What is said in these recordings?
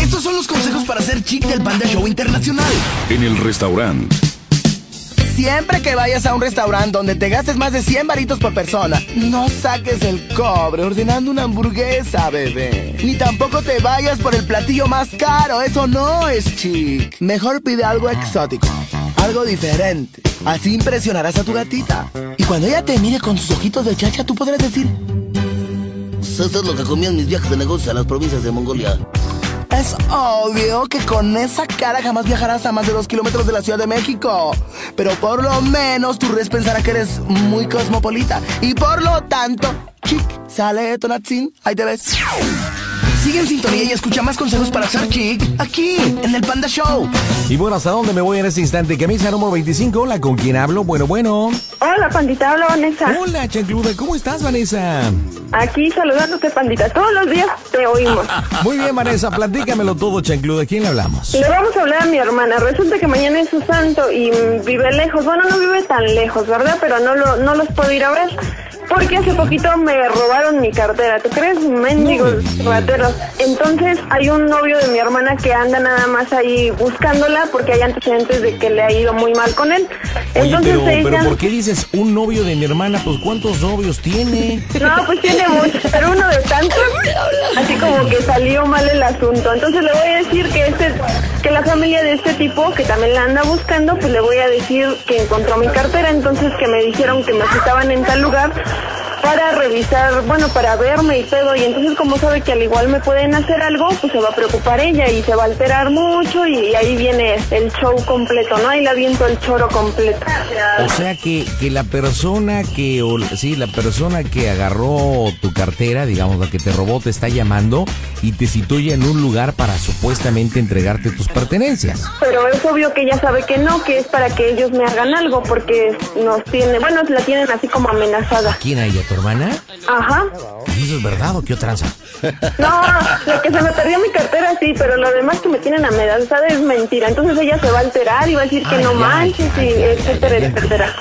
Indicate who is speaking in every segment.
Speaker 1: Estos son los consejos para ser chic del Panda Show Internacional.
Speaker 2: En el restaurante.
Speaker 3: Siempre que vayas a un restaurante donde te gastes más de 100 varitos por persona, no saques el cobre ordenando una hamburguesa, bebé. Ni tampoco te vayas por el platillo más caro, eso no es chic. Mejor pide algo exótico, algo diferente. Así impresionarás a tu gatita. Y cuando ella te mire con sus ojitos de chacha, tú podrás decir,
Speaker 4: Esto es lo que comían mis viajes de negocios a las provincias de Mongolia.
Speaker 3: Es obvio que con esa cara jamás viajarás a más de dos kilómetros de la Ciudad de México. Pero por lo menos tu res pensará que eres muy cosmopolita. Y por lo tanto, chic, sale de Tonatzin, ahí te ves.
Speaker 1: Sigue en sintonía y escucha más consejos para ser chic aquí, en el Panda Show.
Speaker 5: Y bueno, ¿hasta dónde me voy en este instante? Camisa número 25, hola, ¿con quién hablo? Bueno, bueno.
Speaker 6: Hola, pandita, hola, Vanessa.
Speaker 5: Hola, Chancluda, ¿cómo estás, Vanessa?
Speaker 6: Aquí saludándote, pandita. Todos los días te oímos.
Speaker 5: Muy bien, Vanessa, platícamelo todo, Chancluda, ¿a quién le hablamos?
Speaker 6: Le vamos a hablar a mi hermana. Resulta que mañana es su santo y mm, vive lejos. Bueno, no vive tan lejos, ¿verdad? Pero no, lo, no los puedo ir a ver. Porque hace poquito me robaron mi cartera. ¿Tú crees? Mendigos rateros. Entonces hay un novio de mi hermana que anda nada más ahí buscándola porque hay antecedentes de que le ha ido muy mal con él.
Speaker 5: Oye,
Speaker 6: Entonces
Speaker 5: pero, pero
Speaker 6: ella-
Speaker 5: ¿por qué dices un novio de mi hermana? Pues ¿cuántos novios tiene?
Speaker 6: No, pues tiene mucho, pero uno de tantos, así como que salió mal el asunto. Entonces le voy a decir que este, que la familia de este tipo, que también la anda buscando, pues le voy a decir que encontró mi cartera, entonces que me dijeron que me citaban en tal lugar para revisar, bueno, para verme y todo, y entonces como sabe que al igual me pueden hacer algo, pues se va a preocupar ella y se va a alterar mucho y, ahí viene el show completo, ¿no? Ahí la viento el choro completo.
Speaker 5: O sea que, que la persona que, o- sí, la persona que agarró tu cartera, digamos, la que te robó, te está llamando y te citó ya en un lugar para supuestamente entregarte tus pertenencias.
Speaker 6: Pero es obvio que ella sabe que no, que es para que ellos me hagan algo, porque nos tiene, bueno, la tienen así como amenazada.
Speaker 5: ¿Quién a ella, tu hermana?
Speaker 6: Ajá.
Speaker 5: ¿Y ¿Eso es verdad o qué tranza?
Speaker 6: No, lo que se me perdió mi cartera sí, pero lo demás que me tienen amenazada es mentira. Entonces ella se va a alterar y va a decir que
Speaker 5: Ay,
Speaker 6: no
Speaker 5: ay,
Speaker 6: manches
Speaker 5: ay,
Speaker 6: y
Speaker 5: ay,
Speaker 6: etcétera,
Speaker 5: ay, ay.
Speaker 6: etcétera.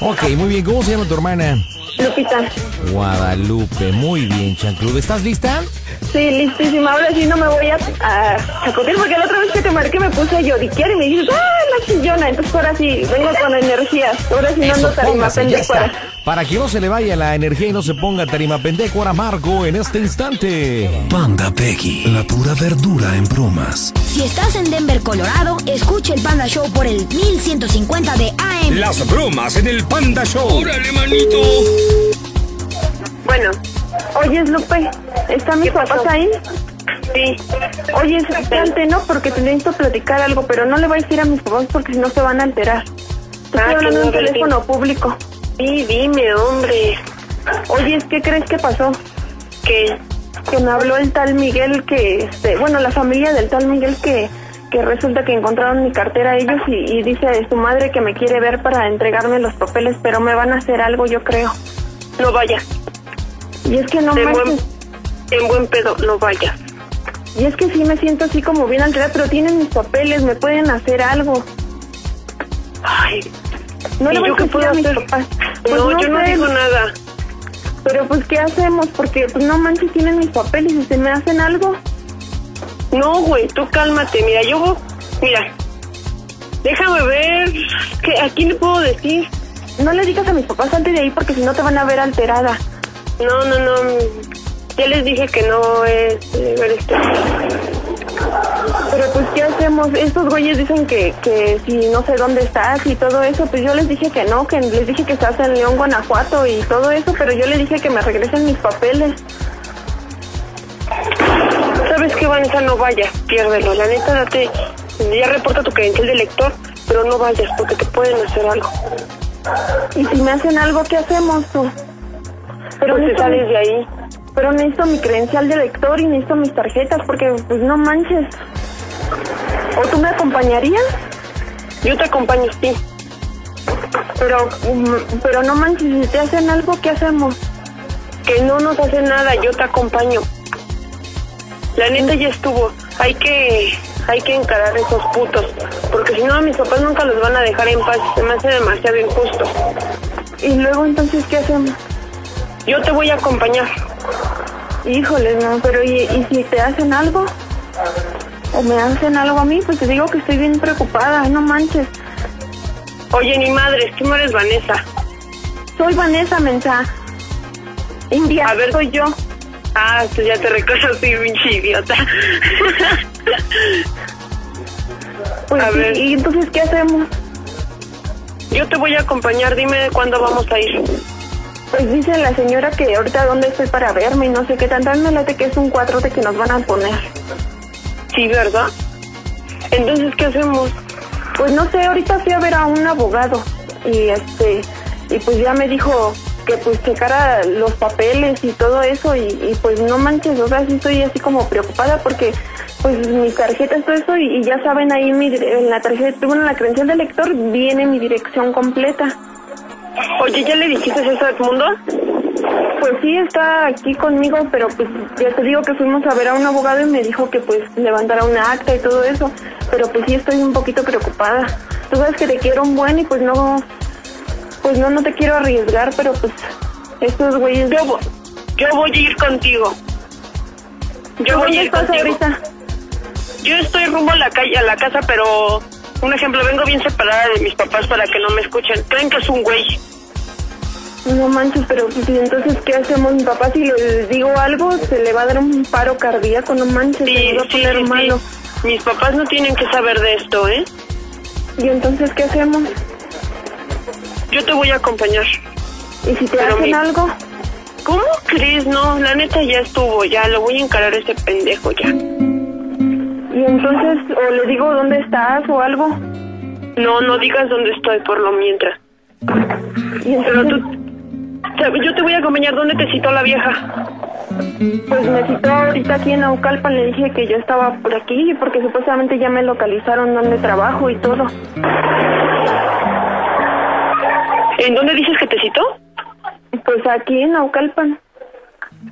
Speaker 5: Ok, muy bien, ¿cómo se llama tu hermana?
Speaker 6: Lupita,
Speaker 5: Guadalupe, muy bien, Chancluda. ¿Estás lista?
Speaker 6: sí, listísima. Ahora sí no me voy a, a sacudir porque la otra vez que te marqué me puse a lloriquear y me dijiste, ¡ah, la chillona! Entonces ahora sí, vengo con energía. Ahora sí no ando
Speaker 5: Eso,
Speaker 6: tarima
Speaker 5: póngase, ya
Speaker 6: pendejuera.
Speaker 5: está. Para que no se le vaya la energía y no se ponga tarima pendejo, ahora Marco en este instante.
Speaker 2: Panda Peggy. La pura verdura en bromas.
Speaker 7: Si estás en Denver, Colorado, escucha el Panda Show por el 1150 de AM.
Speaker 8: Las bromas en el Panda Show. ¡Órale, manito!
Speaker 6: Bueno, oye, Lupe, ¿están mis papás ahí? Sí. Oye, es importante, ¿no? Porque te necesito platicar algo, pero no le voy a decir a mis papás porque si no se van a alterar. Te estoy hablando de un teléfono público. Sí, dime, hombre. Oye, ¿qué crees que pasó? Que que me habló el tal Miguel que, este, bueno, la familia del tal Miguel que, que resulta que encontraron mi cartera ellos y, y dice su madre que me quiere ver para entregarme los papeles, pero me van a hacer algo, yo creo. No vaya. Y es que no
Speaker 9: En
Speaker 6: manches.
Speaker 9: buen, en buen pedo, no vaya.
Speaker 6: Y es que sí me siento así como bien alterada, pero tienen mis papeles, me pueden hacer algo.
Speaker 9: Ay,
Speaker 6: No
Speaker 9: ¿y
Speaker 6: le voy
Speaker 9: yo
Speaker 6: a
Speaker 9: qué
Speaker 6: decir
Speaker 9: puedo
Speaker 6: a mis
Speaker 9: hacer?
Speaker 6: papás. Pues
Speaker 9: no, yo no
Speaker 6: sé,
Speaker 9: digo nada.
Speaker 6: Pero pues, ¿qué hacemos? Porque, pues, no manches, tienen mis papeles y se me hacen algo.
Speaker 9: No, güey, tú cálmate. Mira, yo, mira, déjame ver. ¿qué, ¿A quién le puedo decir?
Speaker 6: No le digas a mis papás antes de ahí porque si no te van a ver alterada.
Speaker 9: No, no, no. Ya les dije que no es
Speaker 6: pues,
Speaker 9: eh, ver esto.
Speaker 6: Pero pues, ¿qué hacemos? Estos güeyes dicen que, que si no sé dónde estás y todo eso, pues yo les dije que no, que les dije que estás en León, Guanajuato y todo eso, pero yo les dije que me regresen mis papeles.
Speaker 9: ¿Sabes qué, Vanessa? No vayas, piérdelo. La neta, date. Ya reporta tu credencial de lector, pero no vayas porque te pueden hacer algo.
Speaker 6: Y si me hacen algo, ¿qué hacemos tú? Pero
Speaker 9: Pues te
Speaker 6: necesito
Speaker 9: sales
Speaker 6: mi-
Speaker 9: de ahí.
Speaker 6: Pero necesito mi credencial de lector y necesito mis tarjetas porque, pues, no manches. ¿O tú me acompañarías?
Speaker 9: Yo te acompaño, sí.
Speaker 6: Pero, mm, pero no manches, si te hacen algo, ¿qué hacemos?
Speaker 9: que no nos hace nada, yo te acompaño. La neta ya estuvo, hay que hay que encarar esos putos, porque si no a mis papás nunca los van a dejar en paz, se me hace demasiado injusto.
Speaker 6: Y luego, entonces, ¿qué hacemos?
Speaker 9: Yo te voy a acompañar.
Speaker 6: Híjole, no, pero ¿y, y si te hacen algo? o me hacen algo a mí, pues te digo que estoy bien preocupada, no manches.
Speaker 9: Oye, ni madres, tú no eres Vanessa.
Speaker 6: Soy Vanessa Mensa. India,
Speaker 9: A ver.
Speaker 6: soy yo.
Speaker 9: Ah, tú ya te reconocí, pinche idiota.
Speaker 6: Pues
Speaker 9: A
Speaker 6: sí,
Speaker 9: ver.
Speaker 6: ¿Y entonces qué hacemos?
Speaker 9: Yo te voy a acompañar, dime cuándo vamos a ir.
Speaker 6: Pues dice la señora que ahorita dónde estoy para verme y no sé qué tanto. A mí Me late que es un cuatro de que nos van a poner.
Speaker 9: Sí, ¿verdad? Entonces, ¿qué hacemos?
Speaker 6: Pues no sé, ahorita fui a ver a un abogado y este y pues ya me dijo que pues checara los papeles y todo eso y, y pues no manches, o sea, sí estoy así como preocupada porque pues mis tarjetas, todo eso y, y ya saben ahí mi, dire- en la tarjeta, bueno, en la credencial del lector viene mi dirección completa.
Speaker 9: Oye, ¿ya le dijiste eso a Edmundo?
Speaker 6: Pues sí, está aquí conmigo, pero pues ya te digo que fuimos a ver a un abogado y me dijo que pues levantara una acta y todo eso, pero pues sí estoy un poquito preocupada. Tú sabes que te quiero un buen y pues no, pues no, no te quiero arriesgar, pero pues estos güeyes...
Speaker 9: Yo, vo- yo voy a ir contigo. Yo
Speaker 6: ¿Tú
Speaker 9: voy
Speaker 6: dónde
Speaker 9: a ir
Speaker 6: estás
Speaker 9: contigo.
Speaker 6: ahorita?
Speaker 9: Yo estoy rumbo a la calle, a la casa, pero un ejemplo, vengo bien separada de mis papás para que no me escuchen. Creen que es un güey.
Speaker 6: No manches, pero pues, ¿y entonces ¿qué hacemos? Mi papá si le digo algo se le va a dar un paro cardíaco, no manches, se
Speaker 9: Sí,
Speaker 6: me va a
Speaker 9: sí,
Speaker 6: poner
Speaker 9: sí.
Speaker 6: malo.
Speaker 9: Mis papás no tienen que saber de esto, ¿eh?
Speaker 6: ¿Y entonces qué hacemos?
Speaker 9: Yo te voy a acompañar.
Speaker 6: ¿Y si te
Speaker 9: Pero
Speaker 6: hacen
Speaker 9: mi-
Speaker 6: algo?
Speaker 9: ¿Cómo crees? No, la neta ya estuvo, ya lo voy a encarar a ese pendejo ya.
Speaker 6: ¿Y entonces o le digo dónde estás o algo?
Speaker 9: No, no digas dónde estoy por lo mientras.
Speaker 6: Y
Speaker 9: Pero
Speaker 6: entonces,
Speaker 9: tú, te- yo te voy a acompañar donde te citó la vieja.
Speaker 6: pues me citó ahorita aquí en Naucalpan, le dije que yo estaba por aquí porque supuestamente ya me localizaron donde trabajo y todo.
Speaker 9: ¿En dónde dices que te citó?
Speaker 6: Pues aquí en Naucalpan.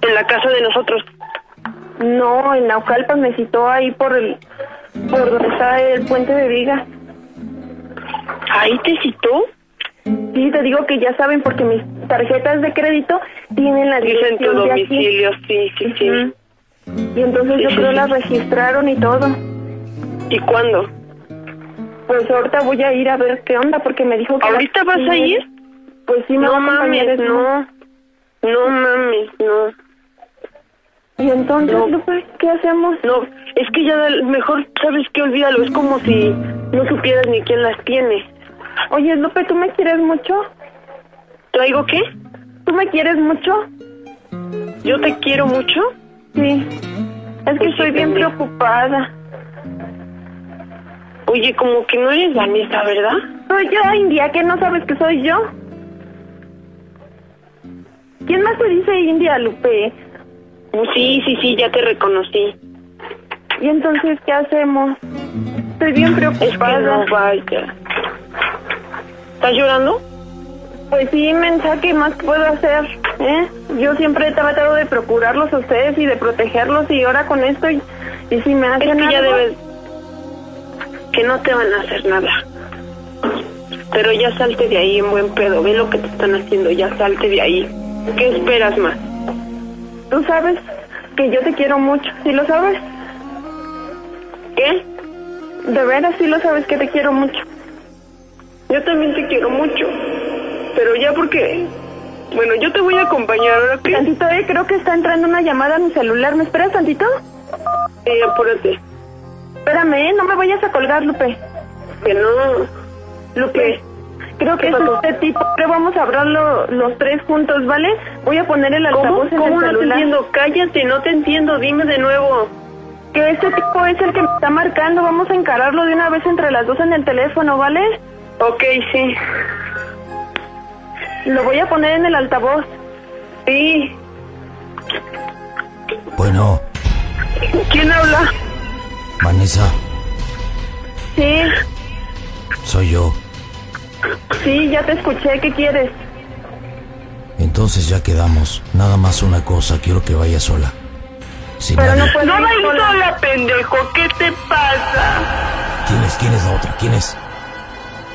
Speaker 9: En la casa de nosotros.
Speaker 6: No, en Naucalpan me citó ahí por el por donde está el puente de Vigas.
Speaker 9: ¿Ahí te citó?
Speaker 6: Sí, te digo que ya saben porque mis tarjetas de crédito tienen la
Speaker 9: Dicen tu
Speaker 6: dirección de aquí.
Speaker 9: domicilio, sí, sí, sí.
Speaker 6: Ujú. Y entonces yo
Speaker 9: Sí,
Speaker 6: creo
Speaker 9: sí,
Speaker 6: las
Speaker 9: sí.
Speaker 6: registraron y todo.
Speaker 9: ¿Y cuándo?
Speaker 6: Pues ahorita voy a ir a ver qué onda porque me dijo que...
Speaker 9: ¿Ahorita vas a ir?
Speaker 6: Pues sí, me
Speaker 9: No
Speaker 6: va a acompañar
Speaker 9: mames,
Speaker 6: el-
Speaker 9: no. No mames, no.
Speaker 6: Y entonces,
Speaker 9: No.
Speaker 6: Lupe, ¿qué hacemos?
Speaker 9: No, es que ya del- mejor, ¿sabes qué? Olvídalo, es como si no supieras ni quién las tiene.
Speaker 6: Oye, Lupe, ¿tú me quieres mucho?
Speaker 9: ¿Traigo qué?
Speaker 6: ¿Tú me quieres mucho?
Speaker 9: Yo te quiero mucho. Pues
Speaker 6: Sí. Es que
Speaker 9: sí,
Speaker 6: estoy bien
Speaker 9: pendejo.
Speaker 6: preocupada.
Speaker 9: Oye, como que no eres Vanessa, ¿verdad?
Speaker 6: Soy yo, India, que no sabes que soy yo. ¿Quién más te dice India, Lupe?
Speaker 9: Sí, sí, sí, ya te reconocí.
Speaker 6: Y entonces, ¿qué hacemos? Estoy bien
Speaker 9: Es que
Speaker 6: preocupada.
Speaker 9: no vaya. ¿Estás llorando?
Speaker 6: Pues sí, mensa, ¿qué más puedo hacer? ¿Eh? Yo siempre he tratado de procurarlos a ustedes y de protegerlos y ahora con esto y, y si me hacen
Speaker 9: Es que ya
Speaker 6: algo,
Speaker 9: debes... Que no te van a hacer nada. Pero ya salte de ahí en buen pedo. Ve lo que te están haciendo. Ya salte de ahí. ¿Qué esperas más?
Speaker 6: Tú sabes que yo te quiero mucho, ¿sí lo sabes?
Speaker 9: ¿Qué?
Speaker 6: De veras, sí lo sabes que te quiero mucho.
Speaker 9: Yo también te quiero mucho. Pero ya porque... Bueno, yo te voy a acompañar ahora que...
Speaker 6: Tantito, eh, creo que está entrando una llamada a mi celular. ¿Me esperas tantito?
Speaker 9: Eh, apúrate.
Speaker 6: Espérame, eh, no me vayas a colgar, Lupe.
Speaker 9: Que no...
Speaker 6: Lupe, creo que
Speaker 9: ¿Qué
Speaker 6: es
Speaker 9: pasó?
Speaker 6: este tipo. Pero vamos a hablarlo los tres juntos, ¿vale? Voy a poner el
Speaker 9: ¿Cómo?
Speaker 6: altavoz en
Speaker 9: ¿Cómo
Speaker 6: el
Speaker 9: no te
Speaker 6: celular.
Speaker 9: entiendo? Cállate, no te entiendo. Dime de nuevo.
Speaker 6: que este tipo es el que me está marcando. Vamos a encararlo de una vez entre las dos en el teléfono, ¿vale?
Speaker 9: Ok, sí.
Speaker 6: Lo voy a poner en el altavoz.
Speaker 9: Sí.
Speaker 5: Bueno,
Speaker 9: ¿Quién habla?
Speaker 5: Vanessa,
Speaker 6: Sí,
Speaker 5: soy yo.
Speaker 6: sí, ya te escuché. ¿Qué quieres?
Speaker 5: Entonces ya quedamos. Nada más una cosa, quiero que vaya sola. Sin
Speaker 6: Pero no
Speaker 5: nadie.
Speaker 6: puedo
Speaker 9: No
Speaker 6: ir
Speaker 9: vais
Speaker 6: sola.
Speaker 9: sola, pendejo. ¿Qué te pasa?
Speaker 5: ¿Quién es? ¿Quién es la otra? ¿Quién es?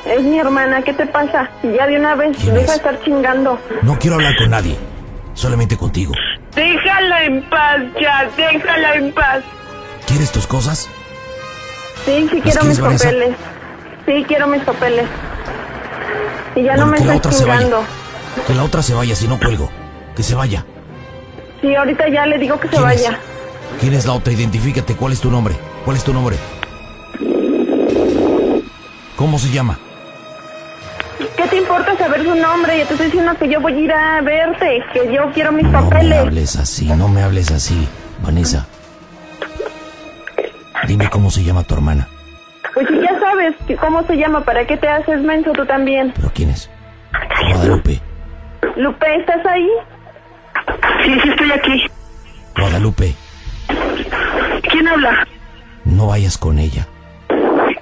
Speaker 6: Es mi hermana, ¿qué te pasa? Ya de una vez,
Speaker 5: ¿Quién
Speaker 6: deja
Speaker 5: es?
Speaker 6: de estar chingando.
Speaker 5: No quiero hablar con nadie. Solamente contigo.
Speaker 9: Déjala en paz ya. Déjala en paz.
Speaker 5: ¿Quieres tus cosas?
Speaker 9: Sí, sí quiero
Speaker 5: quieres,
Speaker 9: mis
Speaker 5: Vanessa?
Speaker 9: papeles. Sí quiero mis papeles. Y ya
Speaker 5: Bueno,
Speaker 9: no me
Speaker 5: que la otra
Speaker 9: estás
Speaker 5: se vaya.
Speaker 9: chingando.
Speaker 5: Que la otra se vaya, si no cuelgo. Que se vaya.
Speaker 9: Sí, ahorita ya le digo que se
Speaker 5: ¿Quién es?
Speaker 9: vaya.
Speaker 5: ¿Quién es la otra? Identifícate. ¿Cuál es tu nombre? ¿Cuál es tu nombre? ¿Cómo se llama?
Speaker 9: ¿Qué te importa saber su nombre? Ya te estoy diciendo que yo voy a ir a verte, que yo quiero mis
Speaker 5: No me
Speaker 9: papeles.
Speaker 5: hables así, no me hables así, Vanessa. Dime cómo se llama tu hermana.
Speaker 9: Pues si ya sabes que cómo se llama, ¿para qué te haces menso tú también?
Speaker 5: ¿Pero quién es? Guadalupe.
Speaker 9: Lupe, ¿estás ahí? Sí, sí estoy aquí.
Speaker 5: Guadalupe,
Speaker 9: ¿Quién habla?
Speaker 5: no vayas con ella.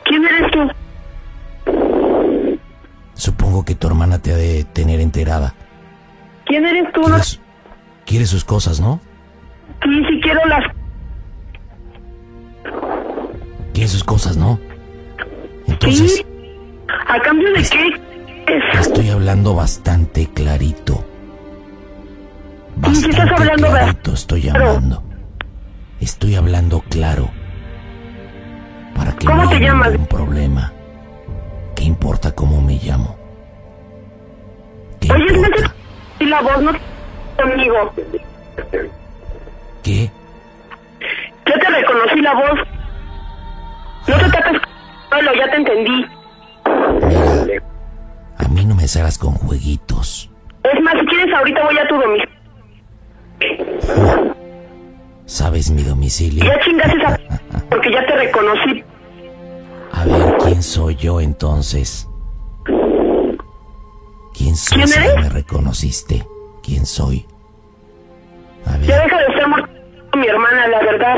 Speaker 9: ¿Quién eres tú?
Speaker 5: Supongo que tu hermana te ha de tener enterada.
Speaker 9: ¿Quién eres tú? No-
Speaker 5: ¿Quieres, quieres sus cosas, no?
Speaker 9: Ni siquiera las...
Speaker 5: ¿Quieres sus cosas, no? Entonces,
Speaker 9: ¿A cambio de qué?
Speaker 5: te estoy hablando bastante clarito. Bastante
Speaker 9: estás hablando, ¿verdad?
Speaker 5: clarito estoy hablando. Estoy hablando claro. Para que
Speaker 9: ¿Cómo
Speaker 5: no
Speaker 9: te
Speaker 5: haya
Speaker 9: llamas?
Speaker 5: ningún problema. ¿Qué importa cómo me llamo? ¿Qué
Speaker 9: Oye, no
Speaker 5: importa?
Speaker 9: te... Y la voz no... Conmigo.
Speaker 5: ¿Qué?
Speaker 9: Yo te reconocí la voz. No te trates... Bueno, ya te entendí.
Speaker 5: Mira, a mí no me salgas con jueguitos.
Speaker 9: Es más, si quieres, ahorita voy a tu domicilio.
Speaker 5: ¿Sabes mi domicilio?
Speaker 9: Ya chingas esa... Porque ya te reconocí.
Speaker 5: A ver, ¿quién soy yo entonces? ¿Quién soy
Speaker 9: ¿Quién
Speaker 5: si ya
Speaker 9: eres?
Speaker 5: me reconociste? ¿Quién soy? A
Speaker 9: Ya
Speaker 5: ver,
Speaker 9: deja de ser mor- mi hermana, la verdad.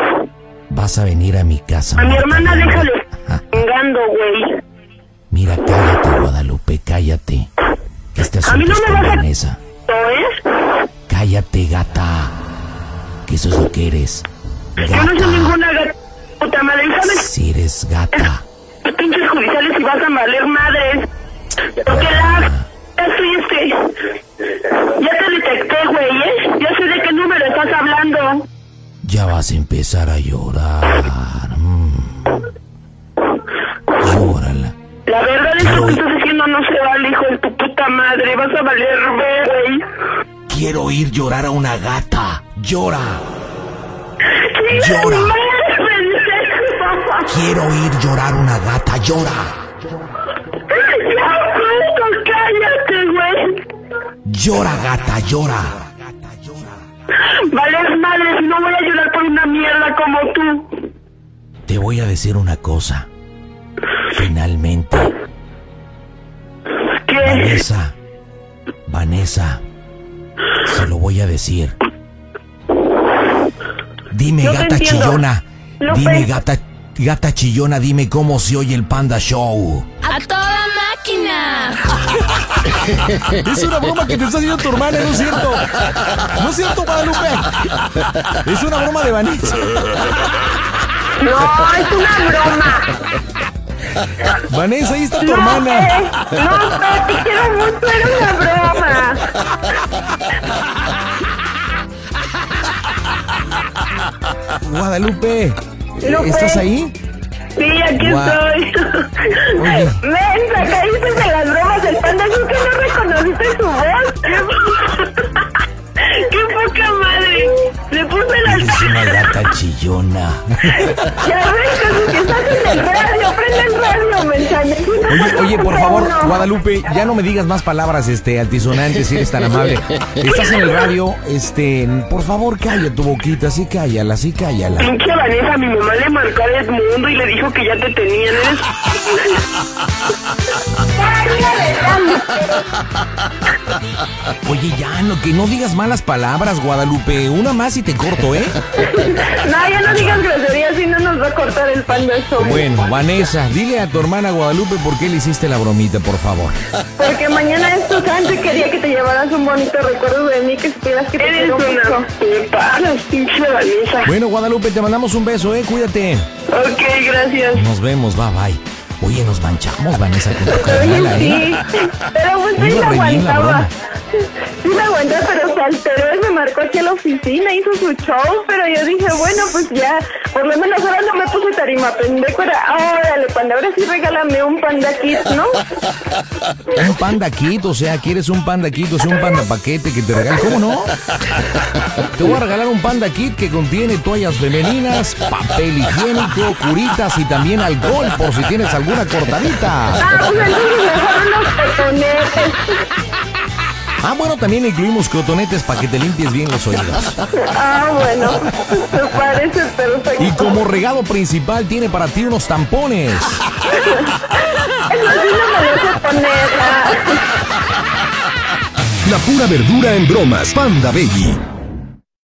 Speaker 5: vas a venir a mi casa.
Speaker 9: A mi
Speaker 5: Marta,
Speaker 9: hermana
Speaker 5: ¿verdad?
Speaker 9: déjale chingando, güey.
Speaker 5: Mira, cállate, Guadalupe, cállate. Que Este asunto
Speaker 9: A mí no
Speaker 5: es
Speaker 9: me
Speaker 5: con
Speaker 9: vas a-
Speaker 5: Vanessa.
Speaker 9: ¿No es?
Speaker 5: Cállate, gata. Que eso es lo que eres.
Speaker 9: Yo no
Speaker 5: Gata.
Speaker 9: soy ninguna gata. Puta madre, ¿y ¿sabes?
Speaker 5: Si eres gata.
Speaker 9: Los pinches judiciales y vas a valer madres. Porque la... Ya estoy este... Ya te detecté, güey, ¿eh? Ya sé de qué número estás hablando.
Speaker 5: Ya vas a empezar a llorar. Mm. Llórala.
Speaker 9: La verdad es que
Speaker 5: Claro.
Speaker 9: lo que estás haciendo no se vale, hijo de tu puta madre. Vas a valer, güey.
Speaker 5: Quiero oír llorar a una gata. Llora.
Speaker 9: ¡Chinga
Speaker 5: Llora.
Speaker 9: tu madre, pendejo!
Speaker 5: Quiero oír llorar a una gata. Llora.
Speaker 9: ¡Ya, puto, cállate, güey!
Speaker 5: Llora, gata, llora.
Speaker 9: Vales madre, si no voy a llorar por una mierda como tú.
Speaker 5: Te voy a decir una cosa. Finalmente,
Speaker 9: ¿Qué?
Speaker 5: Vanessa. Vanessa. Se lo voy a decir. Dime,
Speaker 9: No te
Speaker 5: gata
Speaker 9: entiendo.
Speaker 5: chillona.
Speaker 9: López.
Speaker 5: Dime, gata, gata chillona, dime cómo se oye el Panda Show.
Speaker 7: ¡A toda máquina!
Speaker 10: Es una broma que te está haciendo tu hermana, no es cierto. No es cierto, Guadalupe. Es una broma de Vanessa.
Speaker 9: No, es una broma.
Speaker 10: Vanessa, ahí está tu
Speaker 9: No,
Speaker 10: hermana.
Speaker 9: eh, no, pero te quiero mucho, era una broma.
Speaker 10: Guadalupe.
Speaker 9: López.
Speaker 10: ¿Estás ahí?
Speaker 9: Sí, aquí
Speaker 10: Guau.
Speaker 9: estoy.
Speaker 10: Oye.
Speaker 9: Ven, sacaíste de las bromas del panda. ¿Tú que no reconociste su voz? ¡Qué, po- ¡Qué poca madre! Le puse
Speaker 5: Eres una
Speaker 9: las...
Speaker 5: gata chillona.
Speaker 9: Ya ves, Cosmo, que estás en el radio. Prende el radio, mensaje. pues,
Speaker 10: Oye, oye, por favor,
Speaker 9: Uno.
Speaker 10: Guadalupe, ya no me digas más palabras este altisonantes si eres tan amable. Estás en el radio, este, por favor, calla tu boquita, sí cállala, sí cállala.
Speaker 9: Pinche Vanessa, mi mamá le marcó a Edmundo y le dijo que ya te tenían. Eres...
Speaker 10: Oye, ya no que no digas malas palabras, Guadalupe. Una más y te corto, ¿eh?
Speaker 9: No, ya no digas groserías, si no nos va a cortar el panda show.
Speaker 10: Bueno, Vanessa, dile a tu hermana Guadalupe por qué le hiciste la bromita, por favor.
Speaker 9: Porque mañana es tu santo y quería que te llevaras un bonito recuerdo de mí, que supieras que te Eres una puta, pinche Vanessa.
Speaker 10: Bueno, Guadalupe, te mandamos un beso, ¿eh? Cuídate.
Speaker 9: Ok, gracias.
Speaker 5: Nos vemos, bye bye. Oye, nos manchamos, Vanessa, con tu carnala, ¿eh?
Speaker 9: sí, pero pues
Speaker 5: Iba
Speaker 9: sí la
Speaker 5: re bien la
Speaker 9: aguantaba.
Speaker 5: broma.
Speaker 9: Sí la aguantaba, pero se alteró y me marcó aquí a la oficina, hizo su show, pero yo dije, bueno, pues ya, por lo menos ahora no me puse
Speaker 6: tarima, pendejo era, órale, panda, ahora sí regálame un panda kit, ¿no?
Speaker 5: Un panda kit, o sea, ¿quieres un panda kit o sea, un panda paquete que te regalen? ¿Cómo no? Te voy a regalar un panda kit que contiene toallas femeninas, papel higiénico, curitas y también alcohol por si tienes alguna cortadita.
Speaker 6: Ah, pues entonces mejor unos petonetes.
Speaker 5: Ah, bueno, también incluimos cotonetes para que te limpies bien los oídos.
Speaker 6: Ah, bueno, me parece perfecto.
Speaker 5: Y como regalo principal tiene para ti unos tampones.
Speaker 6: Eso sí no me lo sé poner. ah.
Speaker 2: La pura verdura en bromas. Panda Belly.